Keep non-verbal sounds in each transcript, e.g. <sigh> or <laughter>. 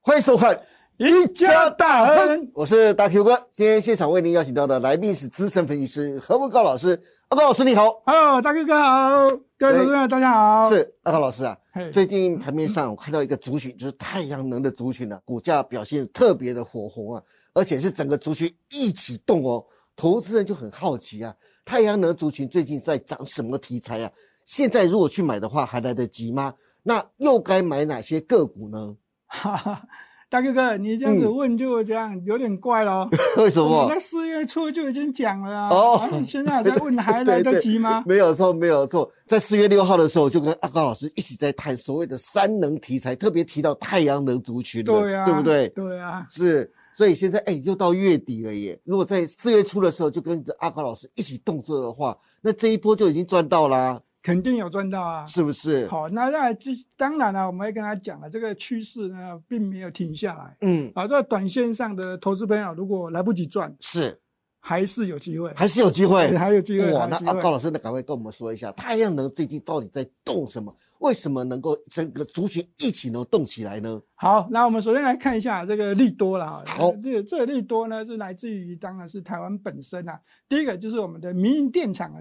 欢迎收看《一家大亨，我是大 Q 哥。今天现场为您邀请到的来宾是资深分析师何文高老师。阿高老师你好，哦，大哥哥好，各位观众朋友大家好。，哎是阿高老师啊嘿。最近盘面上我看到一个族群，就是太阳能的族群啊，股价表现特别的火红啊，而且是整个族群一起动哦。投资人就很好奇啊，太阳能族群最近在涨什么题材啊？现在如果去买的话，还来得及吗？那又该买哪些个股呢？ <laughs> 哈哈，大哥哥，你这样子问就这样、有点怪咯。为嗯 <laughs> 什么我？在四月初就已经讲了啊，哦啊你现在还在 <laughs> 问还来得及 <laughs> 吗？没有错，没有错。在四月六号的时候，就跟阿高老师一起在谈所谓的三能题材，特别提到太阳能族群了，对啊， <laughs> 对不对？对啊，是，所以现在哎、又到月底了耶。如果在四月初的时候就跟着阿高老师一起动作的话，那这一波就已经赚到啦，肯定有赚到啊。是不是？好，那那这当然了、我们也跟他讲了，这个趋势呢并没有停下来嗯，啊。在短线上的投资朋友，如果来不及赚，是，还是有机会，还是有机会。还有机会。哇，还有那啊机阿会高老师，那赶快跟我们说一下，太阳能最近到底在动什么？为什么能够整个族群一起能动起来 <laughs> 呢？好，那我们首先来看一下这个利多了哈。好这这个利多呢是来自于当然是台湾本身啊。第一个就是我们的民营电厂啊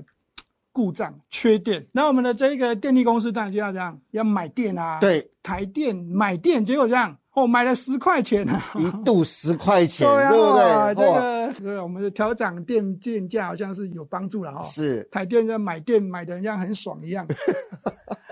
故障缺电，那我们的这个电力公司当然就要这样要买电啊，，对，台电买电，结果这样哦买了十块钱啊。一度十块钱， <laughs> 对啊，对不哇对？哦这哇，个这个我们的调涨电电价好像是有帮助了哈。是，台电在买电买的像很爽一 <laughs> 样。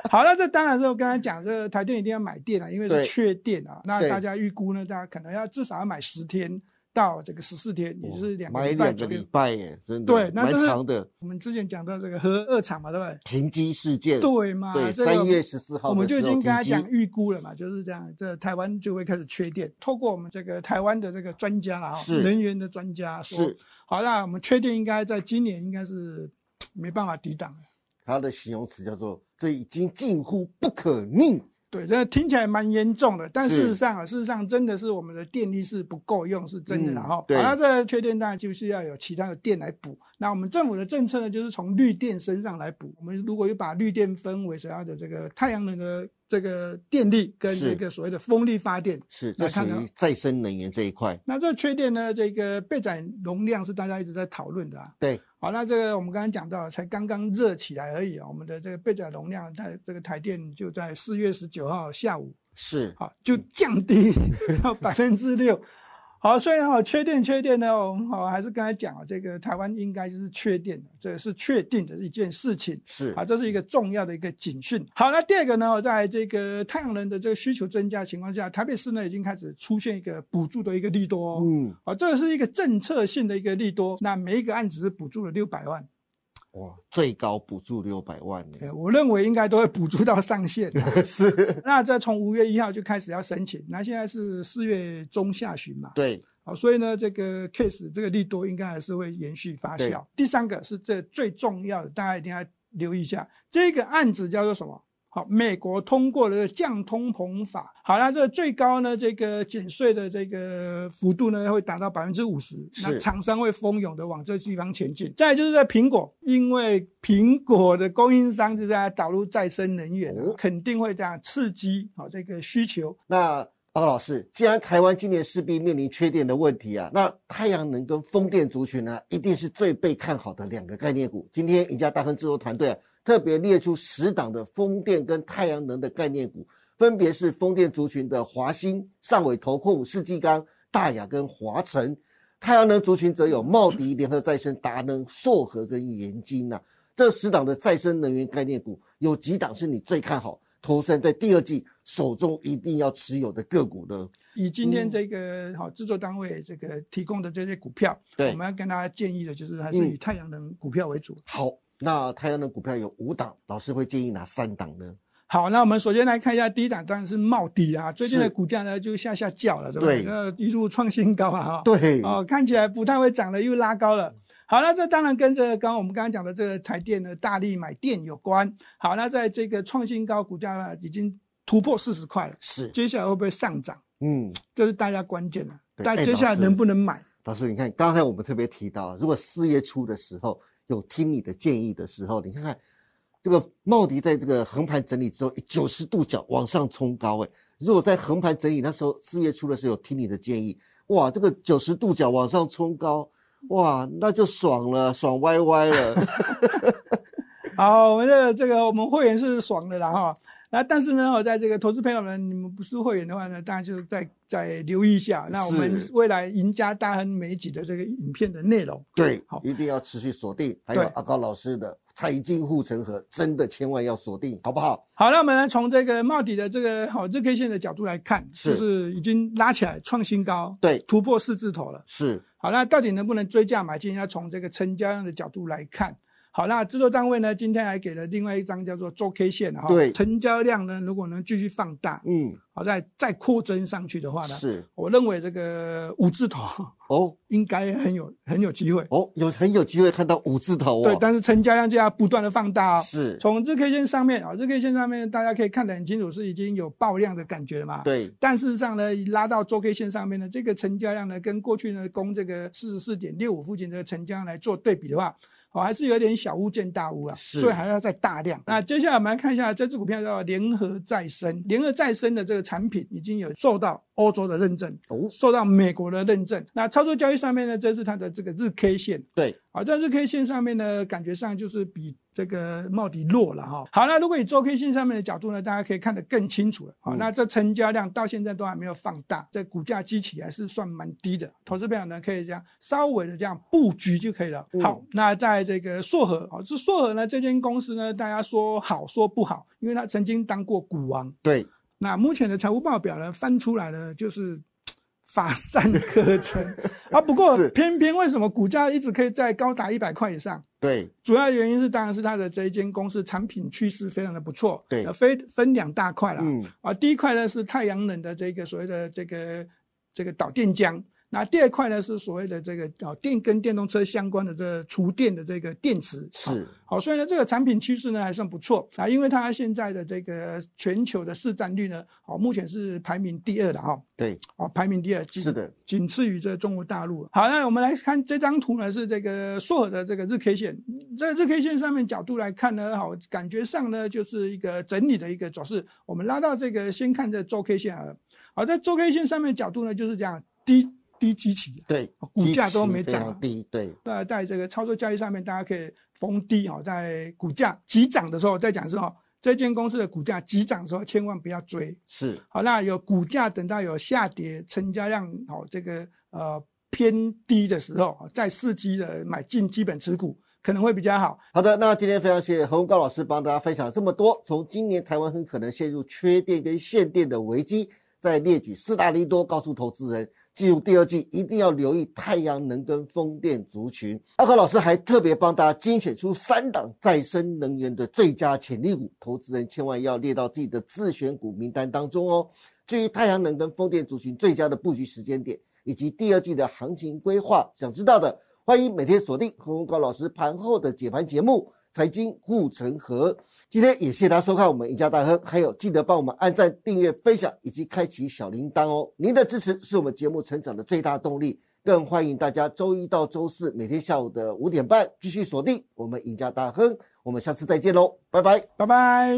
好，那这当然是我刚才讲，这个台电一定要买电啊，因为对是缺电啊。那对大家预估呢，大家可能要至少要买十天到这个十四天，也哦就是两个买礼拜两个左右礼。拜耶，真的，对那蛮这是长的。我们之前讲到这个核二厂嘛，对不对？停机事件，对嘛，对，这个三月十四号我们的就已时候经跟他停讲机，预估了嘛，就是这样，这台湾就会开始缺电。透过我们这个台湾的这个专家啊，是能源的专家说是，好，那我们缺电应该在今年应该是没办法抵挡了。它的形容词叫做“这已经近乎不可逆对，这听起来蛮严重的，但是事实上啊，事实上真的是我们的电力是不够用，是真的啦嗯哈。好对那这个缺电当然就是要有其他的电来补。那我们政府的政策呢，就是从绿电身上来补。我们如果又把绿电分为主要的这个太阳能的这个电力跟是这个所谓的风力发电”，。是这那属看到于再生能源这一块，那这缺电呢，这个备载容量是大家一直在讨论的啊。对，好，那这个我们刚刚讲到，才刚刚热起来而已啊。我们的这个备载容量，它这个台电就在四月十九号下午是好，就降低到百分之六。好，虽然哦缺电缺电呢，我们好还是刚才讲啊，这个台湾应该就是缺电的，这是确定的一件事情。是好，这是一个重要的一个警讯。好，那第二个呢，在这个太阳能的这个需求增加的情况下，台北市呢已经开始出现一个补助的一个利多、哦。嗯，好，这是一个政策性的一个利多，那每一个案子是补助了六百万，哇，最高补助六百万呢，呃，我认为应该都会补助到上限。 <laughs> 是，那这从五月一号就开始要申请，那现在是四月中下旬嘛，对，好，所以呢，这个 case 这个利多应该还是会延续发对酵。第三个是这最重要的，大家一定要留意一下，这个案子叫做什么？好，美国通过了降通膨法。好，那这最高呢，这个减税的这个幅度呢，会达到百分之五十。那是厂商会蜂拥的往这地方前进。再来就是在苹果，因为苹果的供应商就在导入再生能源啊、哦肯定会这样刺激好这个需求。那。高老师，既然台湾今年势必面临缺电的问题啊，那太阳能跟风电族群呢、一定是最被看好的两个概念股。今天赢家大亨制作团队啊，特别列出十档的风电跟太阳能的概念股，分别是风电族群的华兴、上尾投控、世纪钢、大雅跟华晨；太阳能族群则有茂迪、联合再生、达能、硕和跟啊盐金呐、这十档的再生能源概念股，有几档是你最看好？投资人在第二季手中一定要持有的个股呢？以今天嗯这个好制作单位这个提供的这些股票，对嗯我们要跟大家建议的就是还是以太阳能股票为主。好，那太阳能股票有五档，老师会建议哪三档呢？好，那我们首先来看一下第一档，当然是茂迪啊，最近是的股价呢就下下叫了，对不对对？呃，一路创新高啊，哈。对，哦，看起来不太会涨了，又拉高了。好，那这当然跟这个刚刚我们刚刚讲的这个台电呢大力买电有关。好，那在这个创新高股价啊已经突破四十块了，是，接下来会不会上涨？嗯，这是大家关键了。对但哎接下老来师能不能买？老师，你看刚才我们特别提到，如果四月初的时候有听你的建议的时候，你看看这个茂迪在这个横盘整理之后，九十度角往上冲高、哎，如果在横盘整理那时候四月初的时候有听你的建议，哇，这个九十度角往上冲高，哇，那就爽了，爽歪歪 <laughs> 了。好，我们的这个我们会员是爽的啦哈。那但是呢，我哦在这个投资朋友们，你们不是会员的话呢，当然就是再再留意一下。那我们是未来赢家大亨每一集的这个影片的内容，对好，一定要持续锁定，还有对阿高老师的财经护城河，真的千万要锁定，好不好？好，那我们呢从这个帽底的这个好日 K 线的角度来看，是就是已经拉起来创新高，对，突破四字头了。是好，那到底能不能追价买进？要从这个成交量的角度来看。好，那制作单位呢，今天还给了另外一张叫做周 K 线哈，对成交量呢，如果能继续放大，嗯，好再再扩增上去的话呢，是我认为这个五字头哦应该很有很有机会。哦，有很有机会看到五字头哦。对，但是成交量就要不断的放大哦。是，从日 K 线上面啊，日 K 线上面大家可以看得很清楚，是已经有爆量的感觉了嘛？。对，但事实上呢，拉到周 K 线上面呢，这个成交量呢，跟过去呢攻这个四十四点六五附近的成交量来做对比的话，哦，还是有点小巫见大巫啊，是所以还要再大量。那接下来我们来看一下这只股票叫联合再生，联合再生的这个产品已经有受到欧洲的认证，哦，受到美国的认证。那操作交易上面呢，这是它的这个日 K 线。对，好，在日 K 线上面呢，感觉上就是比这个茂迪弱了哈。好，那如果以周 K 线上面的角度呢，大家可以看得更清楚了。好，嗯那这成交量到现在都还没有放大，这股价基期还是算蛮低的。投资朋友呢，可以这样稍微的这样布局就可以了。嗯好，那在这个硕和，好，这硕和呢这间公司呢，大家说好说不好，因为它曾经当过股王。对，那目前的财务报表呢，翻出来呢就是嘖乏善可陈啊。不过是偏偏为什么股价一直可以在高达一百块以上？对，主要原因是，当然是它的这一间公司产品趋势非常的不错，对呃分分两大块啦。嗯，啊，第一块呢是太阳能的这个所谓的这个这个导电浆，那第二块呢是所谓的这个哦电跟电动车相关的这个厨电的这个电池啊是，好，所以呢，这个产品趋势呢还算不错啊，因为它现在的这个全球的市占率呢，哦，目前是排名第二的哈，对，哦，排名第二，仅是，的，仅次于这中国大陆。好，那我们来看这张图呢，是这个硕尔的这个日 K 线，这日 K 线上面角度来看呢，好，感觉上呢就是一个整理的一个走势。我们拉到这个，先看这周 K 线啊，好，在周 K 线上面角度呢就是这样低低基期，啊对，哦股价基都期没非涨常啊低，对，那在这个操作交易上面，大家可以逢低哦，在股价急涨的时候再讲是哦，这间公司的股价急涨的时候，千万不要追。是，好，那有股价等到有下跌，成交量哦这个呃偏低的时候，再伺机的买进基本持股可能会比较好。好的，那今天非常谢谢何文高老师帮大家分享了这么多。从今年台湾很可能陷入缺电跟限电的危机，再列举四大利多，告诉投资人进入第二季一定要留意太阳能跟风电族群。阿高老师还特别帮大家精选出三档再生能源的最佳潜力股，投资人千万要列到自己的自选股名单当中哦。至于太阳能跟风电族群最佳的布局时间点，以及第二季的行情规划，想知道的，欢迎每天锁定洪文高老师盘后的解盘节目《财经护城河》。今天也谢谢大家收看我们赢家大亨，还有记得帮我们按赞、订阅、分享以及开启小铃铛哦。您的支持是我们节目成长的最大动力，更欢迎大家周一到周四每天下午的五点半继续锁定我们赢家大亨。我们下次再见喽，拜拜。拜拜。